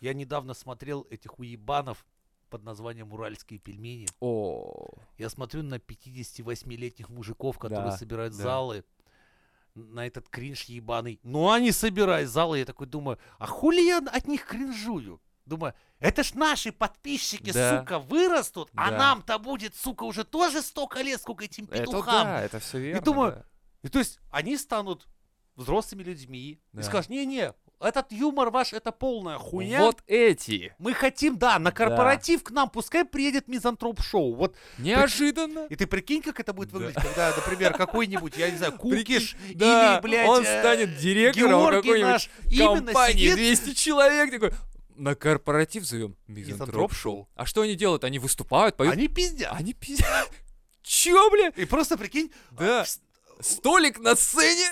Я недавно смотрел этих уебанов под названием «Уральские пельмени». О, Я смотрю на 58-летних мужиков, которые Да, собирают да. залы, на этот кринж ебаный. Ну, они собирают залы, я такой думаю, а хули я от них кринжую? Думаю, это ж наши подписчики, Да. сука, вырастут, а Да. нам-то будет, сука, уже тоже столько лет, сколько этим это петухам. да, это все верно. думаю, да. И то есть они станут взрослыми людьми Да. и скажут, не-не, этот юмор ваш, это полная хуйня. Вот эти. Мы хотим, да, на Да. корпоратив к нам, пускай приедет мизантроп-шоу. Вот Неожиданно. и ты прикинь, как это будет Да. выглядеть, когда, например, какой-нибудь, я не знаю, Кукиш да, или, блядь, он э, станет директором Георгий какой-нибудь наш именно компании, сидит 200 человек такой. На корпоратив зовем мизантроп мизантроп. шоу. А что они делают? Они выступают, поют. Они пиздят. Они пиздят. Чё, бля? И просто прикинь, Да. с- Столик на сцене?